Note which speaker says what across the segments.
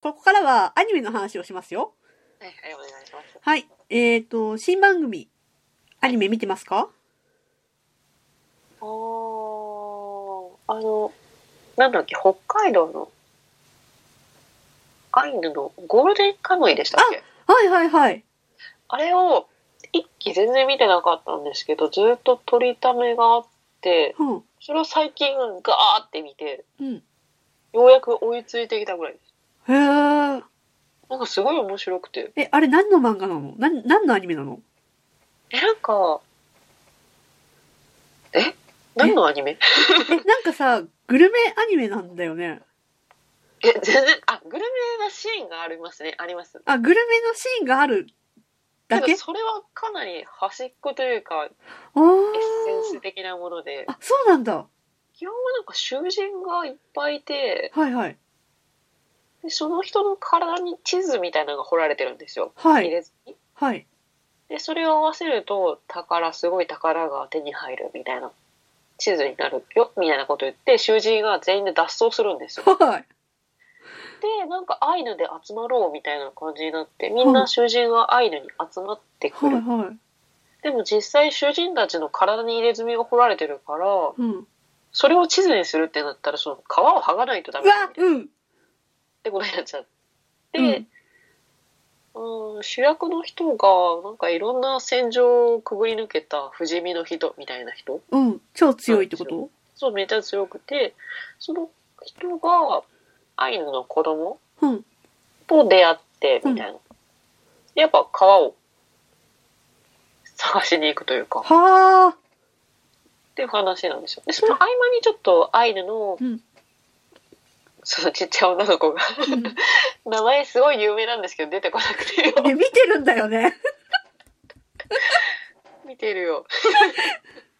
Speaker 1: ここからはアニメの話をしますよ。
Speaker 2: はい、はい、お願いします。
Speaker 1: はい。えっ、と、新番組、アニメ見てますか
Speaker 2: あー、あの、なんだっけ、北海道の、アイヌのゴールデンカムイでしたっけ
Speaker 1: はいはいはい。
Speaker 2: あれを、一期全然見てなかったんですけど、ずっと取りためがあって、
Speaker 1: うん。
Speaker 2: それを最近ガーって見て、
Speaker 1: うん。
Speaker 2: ようやく追いついてきたぐらいです。
Speaker 1: へー
Speaker 2: なんかすごい面白くて。
Speaker 1: え、あれ何の漫画なのなん、何のアニメなの
Speaker 2: え、なんか、え何のアニメ
Speaker 1: え、なんかさ、グルメアニメなんだよね。
Speaker 2: え、全然、あ、グルメなシーンがありますね、あります。
Speaker 1: あ、グルメのシーンがあるだ
Speaker 2: け
Speaker 1: け
Speaker 2: どそれはかなり端っこというか、
Speaker 1: あ
Speaker 2: エッセンス
Speaker 1: ー
Speaker 2: 的なもので、
Speaker 1: あ、そうなんだ。
Speaker 2: 基本はなんか囚人がいっぱいいて、
Speaker 1: はいはい。
Speaker 2: でその人の体に地図みたいなのが彫られてるんですよ。
Speaker 1: は
Speaker 2: 入
Speaker 1: い。
Speaker 2: れずに。
Speaker 1: はい。
Speaker 2: で、それを合わせると、宝、すごい宝が手に入るみたいな、地図になるよ、みたいなこと言って、囚人が全員で脱走するんですよ。
Speaker 1: はい。
Speaker 2: で、なんかアイヌで集まろうみたいな感じになって、みんな囚人がアイヌに集まってく
Speaker 1: はい
Speaker 2: る。
Speaker 1: は
Speaker 2: でも実際囚人たちの体に入れ墨が掘られてるから、
Speaker 1: い。うん。う
Speaker 2: それを地図にするってなったら、その皮を剥がないとダメだ
Speaker 1: わ
Speaker 2: っ
Speaker 1: うん。
Speaker 2: てことになっちゃって、
Speaker 1: うん
Speaker 2: うん、主役の人が、なんかいろんな戦場をくぐり抜けた不死身の人みたいな人、
Speaker 1: うん。超強いってこと
Speaker 2: そうめっちゃ強くて、その人がアイヌの子供
Speaker 1: うん。
Speaker 2: と出会って、みたいな。やっぱ皮を探しに行くというか、
Speaker 1: はあ。
Speaker 2: っていう話なんですよ。で、その合間にちょっとアイヌの、
Speaker 1: うん
Speaker 2: そのちっちゃい女の子が、
Speaker 1: うん
Speaker 2: 名前すごい有名なんですけど出てこなくてよ。
Speaker 1: ね、見てるんだよね。
Speaker 2: 見てるよ。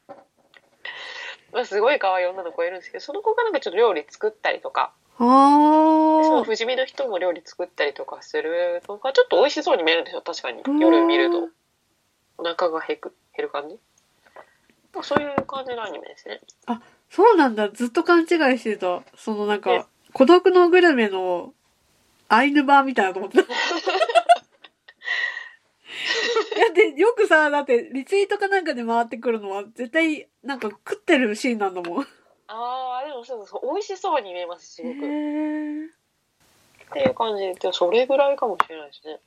Speaker 2: まあすごい可愛い女の子がいるんですけど、その子がなんかちょっと料理作ったりとか、でその
Speaker 1: は
Speaker 2: 不死身の人も料理作ったりとかするのがちょっと美味しそうに見えるんですよ、確かに
Speaker 1: う。ん
Speaker 2: 夜見ると。お腹が減く減る感じ。まあそういう感じのアニメですね。
Speaker 1: あ。そうなんだ。ずっと勘違いしてた。そのなん
Speaker 2: ね
Speaker 1: か、孤独のグルメのアイヌ版みたいなと 思った。いやでよくさだってリツイートかなんかで回ってくるのは絶対なんか食ってるシーンなんだもん。
Speaker 2: ああ、でもそうそうそう、美味しそうに見えます、すごく。
Speaker 1: へえ。
Speaker 2: っていう感じで、でもそれぐらいかもしれないですね。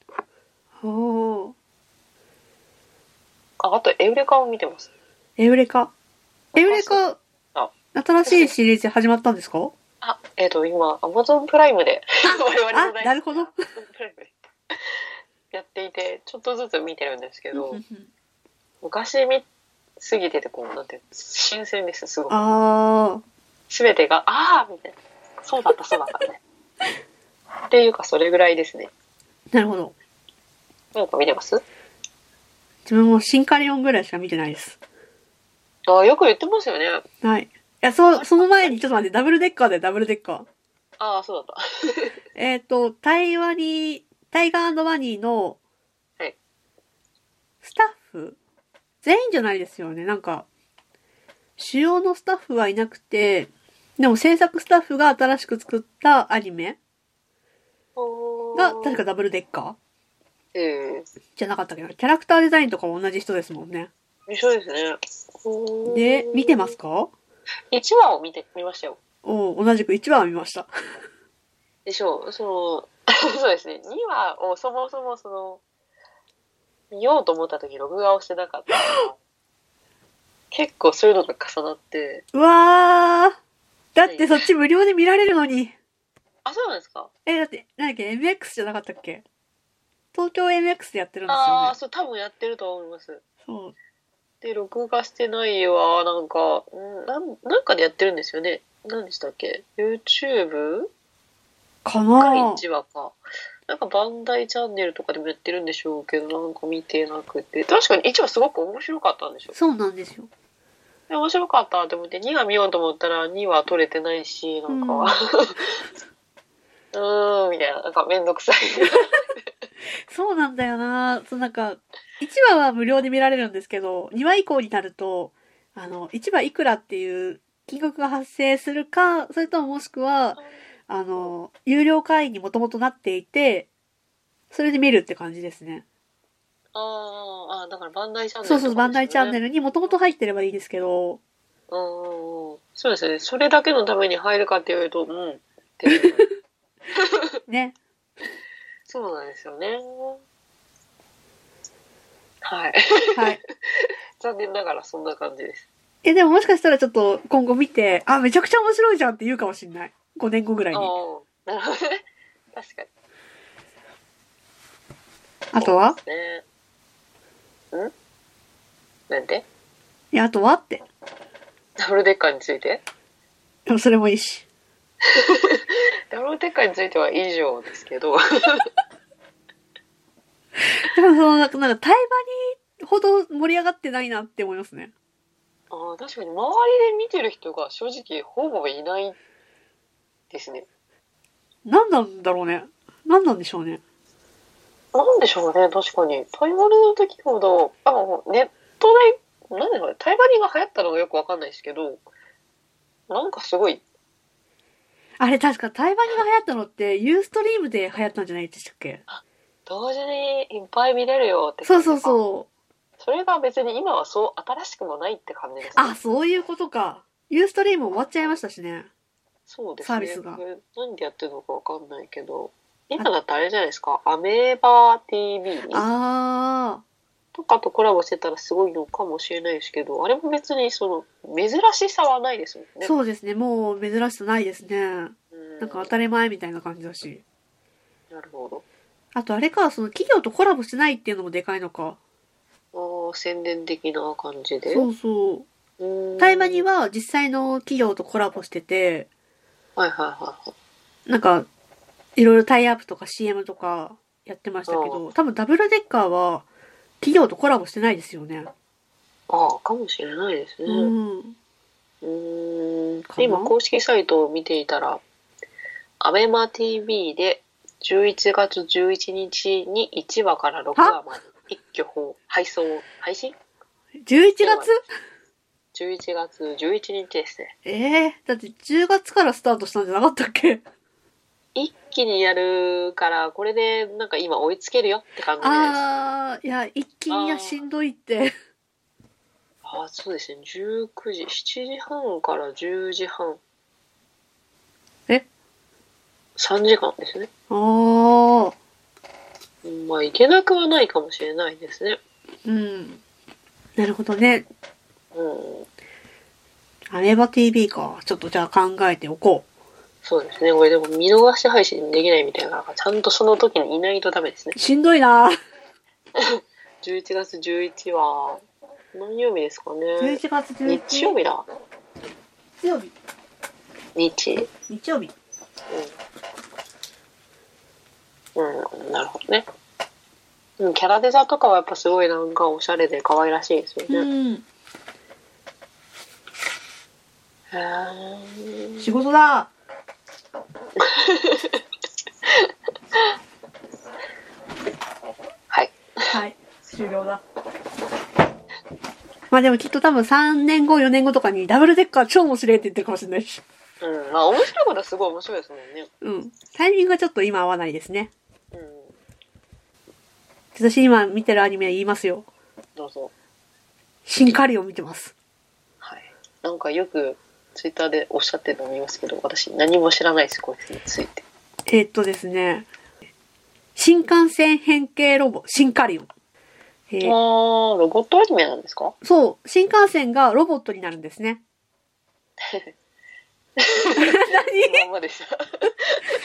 Speaker 1: おー
Speaker 2: あ、あと、エウレカを見てます。
Speaker 1: エウレカ。エウレカ
Speaker 2: あ
Speaker 1: 新しいシリーズ始まったんですか？
Speaker 2: あ、えっ、と、今、アマゾンプライムで、 我々の大好き
Speaker 1: あなるほど
Speaker 2: Amazon プライムでやっていて、ちょっとずつ見てるんですけど、昔見すぎてて、こう、なんていうの、新鮮です、すごく。
Speaker 1: ああ。
Speaker 2: すべてが、ああみたいな。そうだった、そうだった、ね。っていうか、それぐらいですね。
Speaker 1: なるほど。
Speaker 2: なんか見てます
Speaker 1: 自分もシンカリオンぐらいしか見てないです。
Speaker 2: あーよく言ってますよね。
Speaker 1: はい。いや、そ、その前に、ちょっと待って、ダブルデッカーだよ、ダブルデッカー。
Speaker 2: ああ、そうだっ
Speaker 1: えっ、と、タイワニ、タイガーワニーの
Speaker 2: はい、
Speaker 1: スタッフ全員じゃないですよね。なんか、主要のスタッフはいなくて、でも制作スタッフが新しく作ったアニメ
Speaker 2: た。おー
Speaker 1: が、確かダブルデッカ
Speaker 2: うん。
Speaker 1: ーじゃなかったっけど、キャラクターデザインとかも同じ人ですもんね。
Speaker 2: 一緒ですね。
Speaker 1: で、見てますか
Speaker 2: 一話を見て、見ましたよ。
Speaker 1: おう同じく1話は見ました。
Speaker 2: でしょう。その、 そうですね。2話をそもそもその、見ようと思った時、録画をしてなかったから。結構そういうのが重なって。
Speaker 1: うわー。だってそっち無料で見られるのに。
Speaker 2: あ、そうなんですか
Speaker 1: え、だって、なんだっけ、MX じゃなかったっけ東京 MX でやってるんですよね
Speaker 2: ああ、。そう、多分やってると思います。
Speaker 1: そう。
Speaker 2: で、録画してないは、なんか、んなんなんかでやってるんですよね。何でしたっけ ?YouTube?
Speaker 1: か
Speaker 2: か
Speaker 1: な
Speaker 2: 1話か。なんかバンダイチャンネルとかでもやってるんでしょうけど、なんか見てなくて。確かに1話すごく面白かったんでしょ
Speaker 1: そうなんですよ。
Speaker 2: で面白かったと思って2話見ようと思ったら2話取れてないしなんか、
Speaker 1: う
Speaker 2: うんん、ーんみたいななんか面倒くさい
Speaker 1: そうなんだよなそうなんか、1話は無料で見られるんですけど、2話以降になると、あの、1話いくらっていう金額が発生するか、それとももしくは、あの、有料会員にもともとなっていて、それで見るって感じですね。
Speaker 2: あーあー、だからバンダイチャンネル、
Speaker 1: そうそう、バンダイチャンネ
Speaker 2: ル。
Speaker 1: ルにもともと入ってればいいですけど、
Speaker 2: うんうんうん。そうですね。それだけのために入るかって言うと、うん。っていう
Speaker 1: ね。
Speaker 2: そうなんですよね。はい。
Speaker 1: はい。
Speaker 2: 残念ながらそんな感じです。
Speaker 1: え、でももしかしたらちょっと今後見て、あ、めちゃくちゃ面白いじゃんって言うかもしんない。5年後ぐらい
Speaker 2: あ
Speaker 1: に
Speaker 2: あ。、なるほどね。確かに。
Speaker 1: あとは
Speaker 2: ねんなんで
Speaker 1: いや、あとはって。
Speaker 2: ダブルデッカーについて
Speaker 1: でもそれもいいし。
Speaker 2: ダブルデッカーについては以上です け
Speaker 1: で
Speaker 2: ど。
Speaker 1: もその、なんか、なんか対話にほど盛り上がってないなって思いますね。
Speaker 2: ああ、確かに周りで見てる人が正直ほぼいないですね。
Speaker 1: 何なんだろうね。何なんでしょうね。
Speaker 2: なんでしょうね、確かに。タイバニの時ほど、あもうネットで、なんでしょうね、タイバニが流行ったのがよくわかんないですけど、なんかすごい、
Speaker 1: あれ確か対話にが流行ったのって、ユーストリームで流行ったんじゃないでしたっけ
Speaker 2: 同時にいっぱい見れるよって
Speaker 1: そう
Speaker 2: じ
Speaker 1: そう
Speaker 2: う。
Speaker 1: そう。
Speaker 2: それが別に今はそう新しくもないって感じですね。
Speaker 1: あ、そういうことか。ユーストリーム終わっちゃいましたしね。
Speaker 2: そうですね。
Speaker 1: サービスが
Speaker 2: これ何でやってるのかわかんないけど、今だってあれじゃないですか、アメーバー TV
Speaker 1: あ
Speaker 2: とかとコラボしてたらすごいのかもしれないですけど、あれも別にその、珍しさはないですもん
Speaker 1: ー、
Speaker 2: ね。
Speaker 1: そうですね。もう珍しさないですね。
Speaker 2: うん
Speaker 1: なんか当たり前みたいな感じだし。
Speaker 2: なるほど。
Speaker 1: あとあれか、その企業とコラボしてないっていうのもでかいのか。
Speaker 2: あー宣伝的な感じで。
Speaker 1: そうそう
Speaker 2: ー
Speaker 1: う。
Speaker 2: ん
Speaker 1: 対話には実際の企業とコラボしてて、
Speaker 2: はいはいはいはい。
Speaker 1: なんか、いろいろタイアップとか CM とかやってましたけど、多分ダブルデッカーは企業とコラボしてないですよね。
Speaker 2: ああ、かもしれないですね。
Speaker 1: う。
Speaker 2: うんーん。
Speaker 1: かな
Speaker 2: 今、公式サイトを見ていたら、アベマ t v で11月11日に1話から6話まで一挙放配送、配信
Speaker 1: 11月
Speaker 2: ?11 月11日ですね。
Speaker 1: ええだって10月からスタートしたんじゃなかったっ け
Speaker 2: 一気にやるから、これでなんか今追いつけるよって感じです。あ
Speaker 1: あー、いや、一気にやしんどいって。
Speaker 2: あー、そうですね。19時、7時半から10時半。
Speaker 1: え
Speaker 2: ?3 時間ですね。
Speaker 1: あー、
Speaker 2: うんまあ、いけなくはないかもしれないですね。
Speaker 1: うん。なるほどね。
Speaker 2: うん。
Speaker 1: アメバ TV か。ちょっとじゃあ考えておこ
Speaker 2: そうですね。これでも見逃し配信できないみたいなのが、ちゃんとその時にいないとダメですね
Speaker 1: う。。しんどいな
Speaker 2: 11月11は、何曜日ですかね。
Speaker 1: 11月11日。
Speaker 2: 日曜日だ。
Speaker 1: 日曜日。
Speaker 2: 日。
Speaker 1: 日曜日。
Speaker 2: うん。うん、なるほどね。うんキャラデザとかはやっぱすごいなんかおしゃれで可愛らしいですよね。
Speaker 1: うん。
Speaker 2: へー
Speaker 1: 仕事だ
Speaker 2: はい。
Speaker 1: はい。終了だ。まあでもきっと多分3年後、4年後とかにダブルデッカー超面白いって言ってるかもしれないし。
Speaker 2: うん。まあ面白いことはすごい面白いですもんね。
Speaker 1: うん。タイミングがちょっと今合わないですね。
Speaker 2: うん。
Speaker 1: 私今見てるアニメ言いますよ。
Speaker 2: どうぞ。
Speaker 1: シンカリを見てます。
Speaker 2: はい。なんかよくツイッターでおっしゃってるの見ますけど、私何も知らないです、こいつについて。
Speaker 1: えーっとですね。新幹線変形ロボ、シンカリオン。え
Speaker 2: あ
Speaker 1: ー
Speaker 2: ー、ロボットアニメなんですか
Speaker 1: そう、新幹線がロボットになるんですね。何
Speaker 2: そのままで した。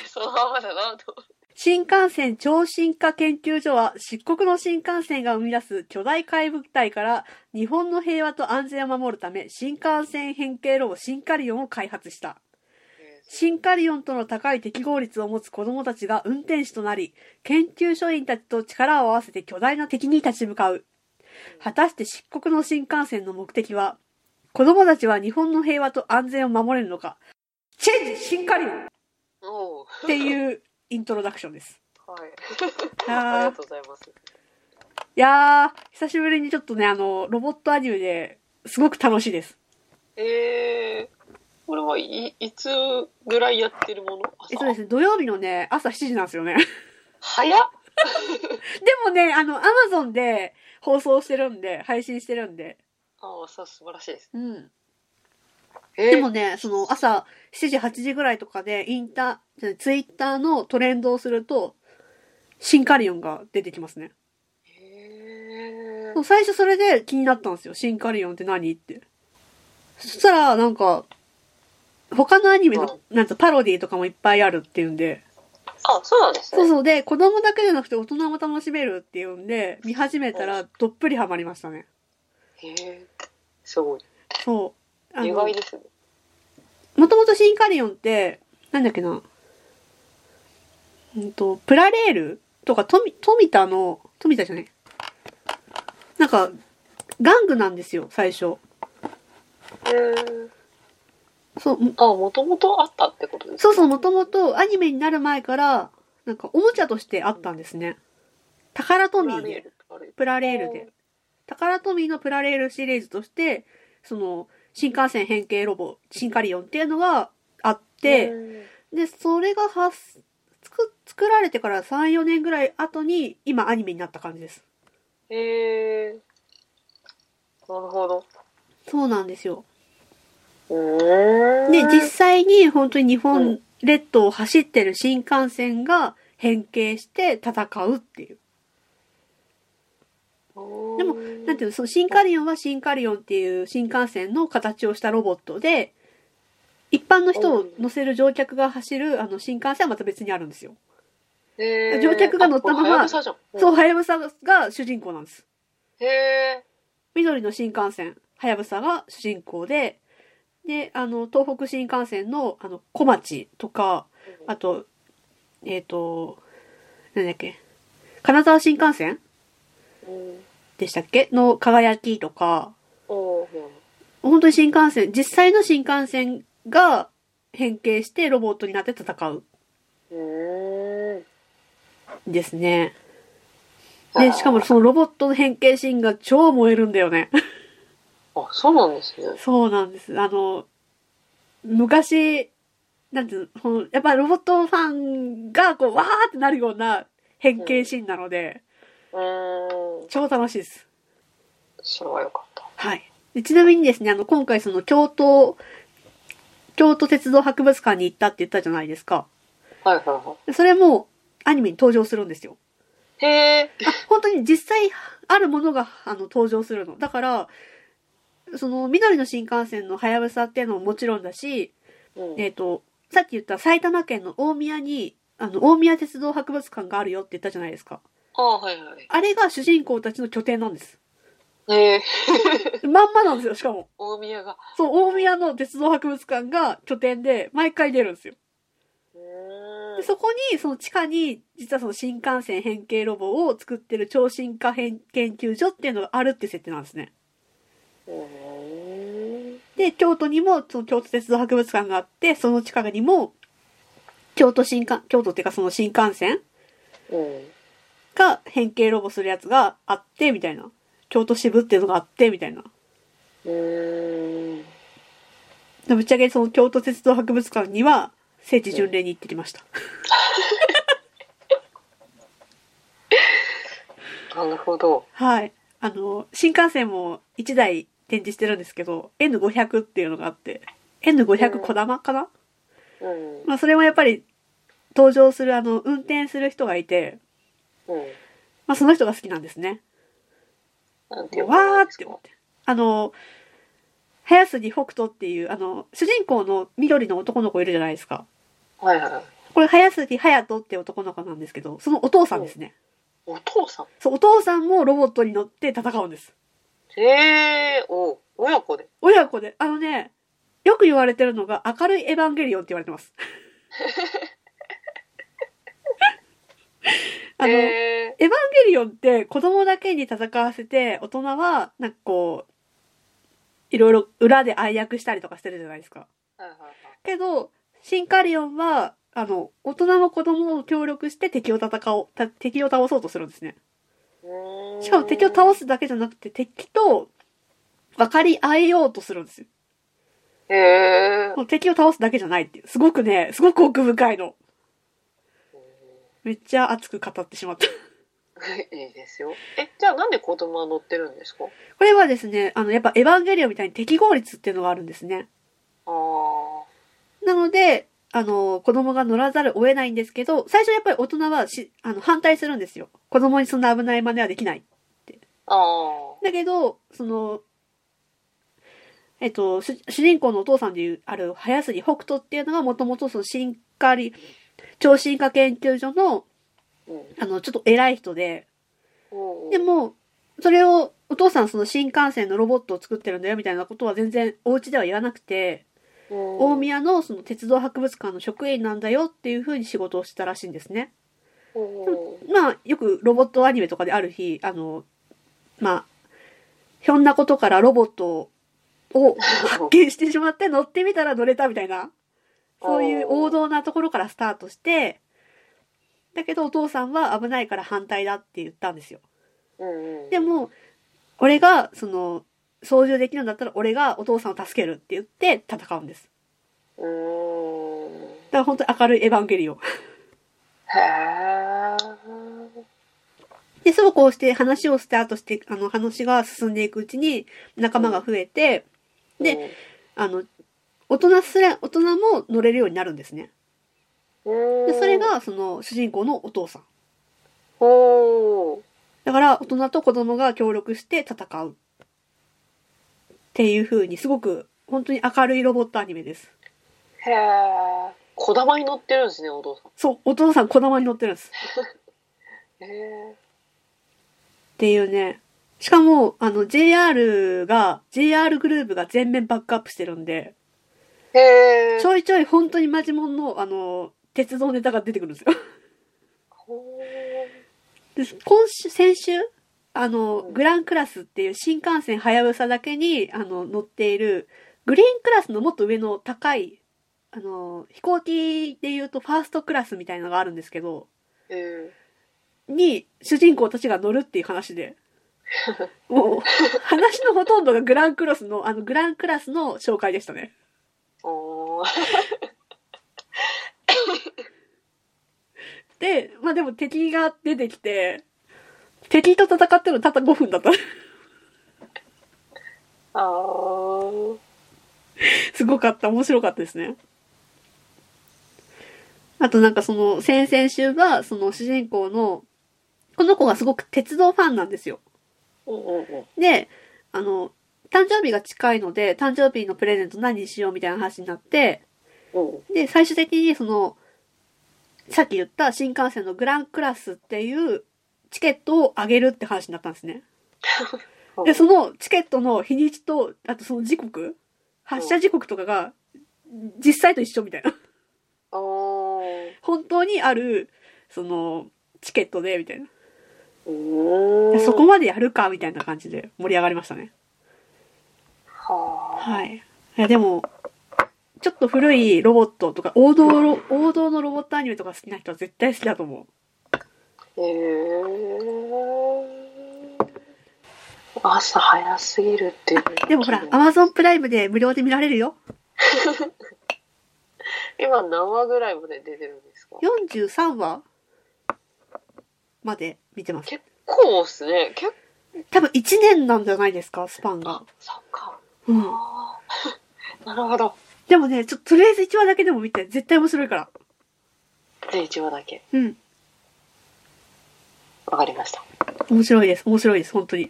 Speaker 2: そのままだな と。
Speaker 1: 新幹線超進化研究所は漆黒の新幹線が生み出す巨大怪物体から日本の平和と安全を守るため新幹線変形ロボシンカリオンを開発した。シンカリオンとの高い適合率を持つ子供たちが運転士となり、研究所員たちと力を合わせて巨大な敵に立ち向かう。果たして漆黒の新幹線の目的は、子供たちは日本の平和と安全を守れるのか、チェンジシンカリオンっ
Speaker 2: おう
Speaker 1: ていうイントロダクションです。
Speaker 2: はい。 あり
Speaker 1: あ
Speaker 2: が
Speaker 1: ー
Speaker 2: とうございます。
Speaker 1: いやー、久しぶりにちょっとね、あの、ロボットアニメですごく楽しいです。
Speaker 2: えこれはい、いつぐらいやってるもの
Speaker 1: えそうです
Speaker 2: 朝
Speaker 1: ね、土曜日のね、朝7時なんですよね。で
Speaker 2: 早っ
Speaker 1: もね、あの、アマゾンで放送してるんで、配信してるんで。
Speaker 2: ああ、そう、素晴らしいです。
Speaker 1: うん。
Speaker 2: えー
Speaker 1: でもね、その朝7時、8時ぐらいとかで、インター、ツイッターのトレンドをすると、シンカリオンが出てきますね。
Speaker 2: へ
Speaker 1: そう最初それで気になったんですよ。シンカリオンって何って。そしたら、なんか、他のアニメの、なんかパロディとかもいっぱいあるっていうんで、
Speaker 2: あ、そうなんですね。
Speaker 1: そうそうで、子供だけじゃなくて大人も楽しめるっていうんで、見始めたらどっぷりハマりましたね。
Speaker 2: へえ。すごい。
Speaker 1: そう。あ
Speaker 2: 意
Speaker 1: の、
Speaker 2: 外ですね。
Speaker 1: もともとシンカリオンって、なんだっけな、うんと、プラレールとかトミ、富田の、富田じゃない。なんか、玩具なんですよ、最初。
Speaker 2: へえ。
Speaker 1: そう、
Speaker 2: あ、もともとあったってことですか
Speaker 1: そうそう、もともとアニメになる前から、なんかおもちゃとしてあったんですね。タカラトミーで、
Speaker 2: あれ
Speaker 1: プラレールで。タカラトミーのプラレールシリーズとして、その、新幹線変形ロボ、シンカリオンっていうのがあって、
Speaker 2: うん
Speaker 1: で、それが発、作、作られてから3、4年ぐらい後に、今アニメになった感じです。
Speaker 2: へえ。なるほど。
Speaker 1: そうなんですよ。
Speaker 2: うーん。
Speaker 1: で、実際に本当に日
Speaker 2: う
Speaker 1: 本列島を走ってる新幹線が変形して戦うっていう。でも、なんていうの、そのシンカリオンはシンカリオンっていう新幹線の形をしたロボットで、一般の人を乗せる乗客が走るあの新幹線はまた別にあるんですよ。
Speaker 2: へー
Speaker 1: 乗客が乗ったまま
Speaker 2: あこれハヤブサじゃん
Speaker 1: そう、
Speaker 2: ん
Speaker 1: はやぶさが主人公なんです。
Speaker 2: へえ。
Speaker 1: 緑の新幹線、はやぶさが主人公で、で、あの、東北新幹線の、あの、小町とか、あと、えっ、と、なんだっけ、金沢新幹線
Speaker 2: うん
Speaker 1: でしたっけの輝きとか、
Speaker 2: おー
Speaker 1: 本当に新幹線、実際の新幹線が変形してロボットになって戦う
Speaker 2: うん。
Speaker 1: んですね。
Speaker 2: うーん
Speaker 1: で、しかもそのロボットの変形シーンが超燃えるんだよね。
Speaker 2: あ、そうなんですね。
Speaker 1: そうなんです。あの、昔、なんていうの、そのやっぱりロボットファンがこう、わーってなるような変形シーンなので、
Speaker 2: うーん。
Speaker 1: 超楽しいです。
Speaker 2: それは良かった。
Speaker 1: はい。でちなみにですね、あの、今回その京都、京都鉄道博物館に行ったって言ったじゃないですか。
Speaker 2: はいはいは
Speaker 1: でそれもアニメに登場するんですよ。
Speaker 2: い。へえ。
Speaker 1: あ本当に実際あるものがあの登場するの。だから、その緑の新幹線のはやぶさっていうのももちろんだし、
Speaker 2: うん
Speaker 1: えっ、と、さっき言った埼玉県の大宮に、あの、大宮鉄道博物館があるよって言ったじゃないですか。
Speaker 2: ああ、はいはい。
Speaker 1: あれが主人公たちの拠点なんです。
Speaker 2: へえ。
Speaker 1: まんまなんですよ、しかも。
Speaker 2: 大宮が。
Speaker 1: そう、大宮の鉄道博物館が拠点で、毎回出るんですよ。
Speaker 2: うー
Speaker 1: で
Speaker 2: ん。
Speaker 1: そこに、その地下に、実はその新幹線変形ロボを作ってる超進化変研究所っていうのがあるって設定なんですね。
Speaker 2: うーん。
Speaker 1: で、京都にも、その京都鉄道博物館があって、その近くにも、京都新幹、京都っていうかその新幹線
Speaker 2: うん。
Speaker 1: が変形ロボするやつがあって、みたいな。京都支部っていうのがあって、みたいな。
Speaker 2: うーん。
Speaker 1: でぶっちゃけその京都鉄道博物館には、聖地巡礼に行ってきました。
Speaker 2: なるほど。
Speaker 1: はい。あの、新幹線も1台展示してるんですけど、N500 っていうのがあって、N500 こだまかな、
Speaker 2: うん。
Speaker 1: まあ、それもやっぱり、登場する、あの、運転する人がいて、
Speaker 2: うん。
Speaker 1: まあ、その人が好きなんですね。
Speaker 2: なんていう
Speaker 1: わーって思
Speaker 2: も
Speaker 1: って。あの、早杉北斗っていう、あの、主人公の緑の男の子いるじゃないですか。
Speaker 2: はいはい。
Speaker 1: これ、早杉隼人って男の子なんですけど、そのお父さんですね。
Speaker 2: お父さん。
Speaker 1: そう、お父さんもロボットに乗って戦うんです。
Speaker 2: へえ。おう親子で。
Speaker 1: 親子で、あのね、よく言われてるのが明るいエヴァンゲリオンって言われてます。あの、エ
Speaker 2: へえ。
Speaker 1: ヴァンゲリオンって子供だけに戦わせて、大人は、なんかこう、いろいろ裏で暗躍したりとかしてるじゃないですか。
Speaker 2: はいはいはい。
Speaker 1: けど、シンカリオンは、あの、大人も子供も協力して敵を戦おう、た敵を倒そうとするんですね。
Speaker 2: うーん
Speaker 1: しかも敵を倒すだけじゃなくて敵と分かり合えようとするんですよ。
Speaker 2: へえ。
Speaker 1: もう敵を倒すだけじゃないっていう。すごくね、すごく奥深いの。めっちゃ熱く語ってしまった。
Speaker 2: いいですよ。え、じゃあなんで子供は乗ってるんですか
Speaker 1: これはですね、あの、やっぱエヴァンゲリオンみたいに適合率っていうのがあるんですね。
Speaker 2: ああ。
Speaker 1: なので、あの、子供が乗らざるを得ないんですけど、最初やっぱり大人はし、あの、反対するんですよ。子供にそんな危ない真似はできない。
Speaker 2: あ
Speaker 1: だけど、その、えっと、主主人公のお父さんでいう、ある、早杉北斗っていうのが、もともとその進化り、超進化研究所の、
Speaker 2: あ。うん。
Speaker 1: あの、ちょっと偉い人で、
Speaker 2: うん
Speaker 1: でも、それを、お父さんその新幹線のロボットを作ってるんだよみたいなことは全然お家では言わなくて、
Speaker 2: うん
Speaker 1: 大宮のその鉄道博物館の職員なんだよっていう風に仕事をしてたらしいんですね。
Speaker 2: うん
Speaker 1: まあ、よくロボットアニメとかである日、あの、まあ、ひょんなことからロボットを発見してしまって乗ってみたら乗れたみたいな、そういう王道なところからスタートして、だけどお父さんは危ないから反対だって言ったんですよ。
Speaker 2: うんうん
Speaker 1: でも、俺が、その、操縦できるんだったら俺がお父さんを助けるって言って戦うんです。
Speaker 2: うん
Speaker 1: だから本当に明るいエヴァンゲリオン。
Speaker 2: へえ
Speaker 1: で、そうこうして話をスタートして、あの話が進んでいくうちに仲間が増えて、であの、大人すら、大人も乗れるようになるんですね。
Speaker 2: うん
Speaker 1: で、それがその主人公のお父さん。
Speaker 2: おー
Speaker 1: だから大人と子供が協力して戦う。っていう風にすごく本当に明るいロボットアニメです。
Speaker 2: へえこだまに乗ってるんですねお父さ
Speaker 1: そう、お父さん子供に乗ってるんです。
Speaker 2: んへえ
Speaker 1: っていうね。しかも、あの、JR が、JR グループが全面バックアップしてるんで、
Speaker 2: へえ
Speaker 1: ちょいちょい本当にマジモンの、あの、鉄道ネタが出てくるんですよ。
Speaker 2: ほ
Speaker 1: で今週、先週、あの、
Speaker 2: うん
Speaker 1: グランクラスっていう新幹線はやぶさだけに、あの、乗っている、グリーンクラスのもっと上の高い、あの、飛行機で言うとファーストクラスみたいなのがあるんですけど、
Speaker 2: ーうん
Speaker 1: に主人公たちが乗るっていう話で、 もう、話のほとんどがグランクラスの、あの、グランクラスの紹介でしたね。
Speaker 2: おー
Speaker 1: で、まあでも敵が出てきて、敵と戦ってるのたった5分だった。
Speaker 2: あー
Speaker 1: すごかった。面白かったですね。あとなんかその、先々週が、その主人公の、この子がすごく鉄道ファンなんですよ。
Speaker 2: うんうんうん
Speaker 1: で、あの、誕生日が近いので、誕生日のプレゼント何にしようみたいな話になって、
Speaker 2: うん
Speaker 1: で、最終的にその、さっき言った新幹線のグランクラスっていうチケットをあげるって話になったんですね。で、そのチケットの日にちと、あとその時刻、発車時刻とかが、実際と一緒みたいな。
Speaker 2: おー
Speaker 1: 本当にある、その、チケットで、みたいな。
Speaker 2: うーん
Speaker 1: そこまでやるか、みたいな感じで盛り上がりましたね。
Speaker 2: は
Speaker 1: はい。いや、でも、ちょっと古いロボットとか、王道ロ、王道のロボットアニメとか好きな人は絶対好きだと思う。
Speaker 2: へえ朝早すぎるっていう
Speaker 1: でもほら、アマゾンプライムで無料で見られるよ。
Speaker 2: 今何話ぐらいまで出てるんですか
Speaker 1: 43話まで見てます。
Speaker 2: 結構っすね結構
Speaker 1: 多分1年なんじゃないですか、スパンが。
Speaker 2: そっか
Speaker 1: うん。
Speaker 2: あーなるほど
Speaker 1: でもね、ちょっととりあえず1話だけでも見て、絶対面白いから。
Speaker 2: で一話だけ
Speaker 1: うん。
Speaker 2: わかりました
Speaker 1: 面白いです、面白いです、本当に。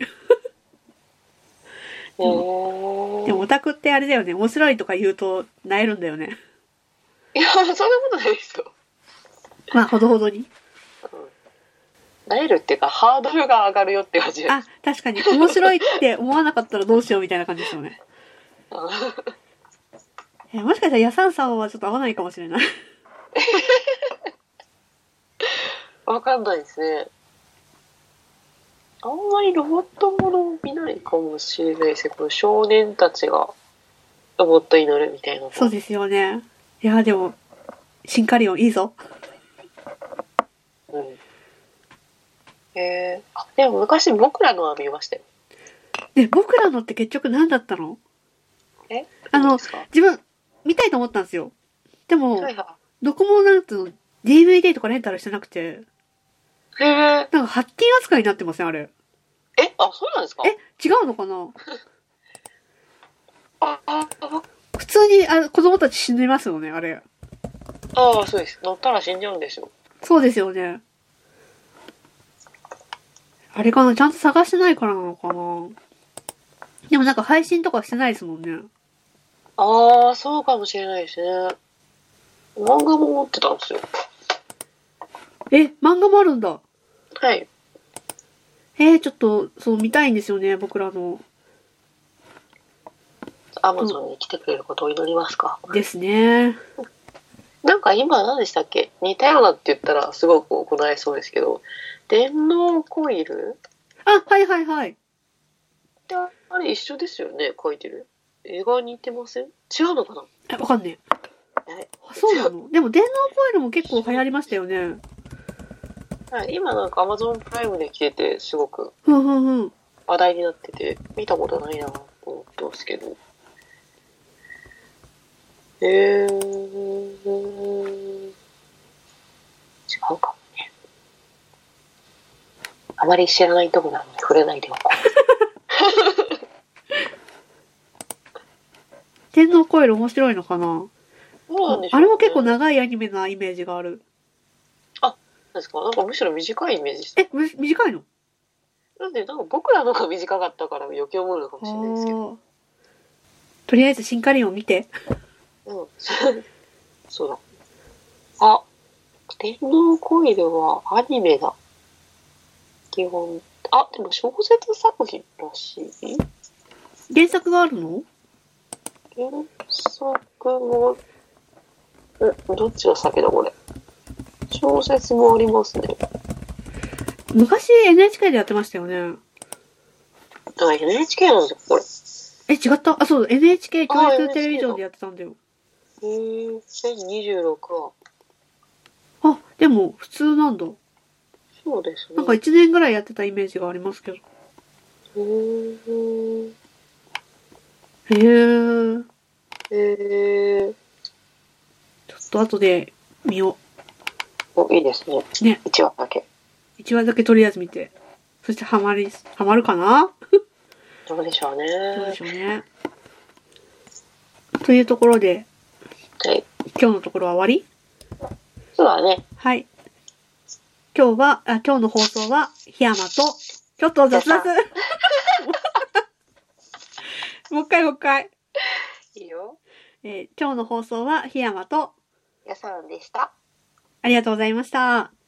Speaker 2: へー
Speaker 1: でもオタクってあれだよね、面白いとか言うと、なえるんだよね。
Speaker 2: いやそんなことないですよ
Speaker 1: まあ、ほどほどに。
Speaker 2: なえるっていうかハードルが上がるよって感じです
Speaker 1: あ、確かに、面白いって思わなかったらどうしようみたいな感じですよ ね。えもしかしたら、ヤサンさんはちょっと合わないかもしれない。
Speaker 2: わかんないですねあんまりロボットものを見ないかもしれないですねこの少年たちがロボットに乗るみたいなの
Speaker 1: そうですよね。いや、でも、シンカリオンいいぞ。
Speaker 2: うんえー、あでも昔僕らのは見ましたよ
Speaker 1: ね、僕らのって結局何だったの
Speaker 2: え
Speaker 1: あの
Speaker 2: いいですか
Speaker 1: 自分、見たいと思ったんですよ。でも、
Speaker 2: はいは
Speaker 1: どこもなんつうの、DVD とかレンタルしてなくて、
Speaker 2: い。へえ。
Speaker 1: なんか発禁扱いになってません、あれ。
Speaker 2: え、あ、そうなんですか
Speaker 1: え違うのかな
Speaker 2: あ、あ、あ
Speaker 1: 普通にあ子供たち死にますよね、あれ。
Speaker 2: ああ、そうです。乗ったら死んじゃうんですよ。
Speaker 1: そうですよね。あれかなちゃんと探してないからなのかなでもなんか配信とかしてないですもんね。
Speaker 2: ああ、そうかもしれないですね。漫画も持ってたんですよ。
Speaker 1: え、漫画もあるんだ。
Speaker 2: はい。
Speaker 1: えー、ちょっと、そう、見たいんですよね、僕らの。
Speaker 2: アマゾンに来てくれることを祈りますか。
Speaker 1: ですね。
Speaker 2: なんか今何でしたっけ似たようなって言ったらすごく行えそうですけど、電脳コイル
Speaker 1: あ、はいはいはい。
Speaker 2: ってあれ一緒ですよね、書いてる。映画に似てません違うのかな
Speaker 1: え、わかんね
Speaker 2: え
Speaker 1: え。あそうなのでも電脳コイルも結構流行りましたよね。
Speaker 2: はい、今なんか Amazon プライムで来てて、すごく
Speaker 1: ふんふんふん。
Speaker 2: 話題になってて、見たことないなと思ってますけど。えー、違うかもね。あまり知らないとこなので触れないでおこう。
Speaker 1: 電脳コイル面白いのかな
Speaker 2: そうなんでしょ
Speaker 1: あ
Speaker 2: う
Speaker 1: れ
Speaker 2: ね
Speaker 1: も結構長いアニメなイメージがある。
Speaker 2: なんですかなんかむしろ短いイメージした。
Speaker 1: え、む短いの
Speaker 2: なんで、なんか僕らのが短かったから余計思うのかもしれないですけど。
Speaker 1: あーとりあえずシンカリオンを見て。
Speaker 2: うん。 そうだ。あ、電脳コイルはアニメだ。基本。あ、でも小説作品らしい。
Speaker 1: 原作があるの
Speaker 2: 原作も、え、どっちが先だこれ。小説もありますね。
Speaker 1: 昔 NHK でやってましたよね。
Speaker 2: あ、NHK なんですよ、これ。
Speaker 1: え、違ったあ、そう、NHK 教
Speaker 2: あ
Speaker 1: 育
Speaker 2: NHK
Speaker 1: テレビジョンでやってたんだよ。
Speaker 2: へー、1026は。
Speaker 1: あ、でも普通なんだ。
Speaker 2: そうですね。
Speaker 1: なんか1年ぐらいやってたイメージがありますけど。
Speaker 2: うーん。
Speaker 1: へー。
Speaker 2: えー、
Speaker 1: ちょっと後で見よ
Speaker 2: お、いいですね。
Speaker 1: ね
Speaker 2: 一話だけ。
Speaker 1: う。1話だけとりあえず見て。そしてハマり、ハマるかな
Speaker 2: どうでしょうね。
Speaker 1: どうでしょうね。というところで、
Speaker 2: はい。
Speaker 1: 今日のところは終わり
Speaker 2: そうだね。
Speaker 1: はい。今日は、あ今日の放送は、檜山と、ちょっと雑談。 もう一回もう一回。
Speaker 2: いいよ。
Speaker 1: えー今日の放送は、檜山と、
Speaker 2: やさんでした。
Speaker 1: ありがとうございました。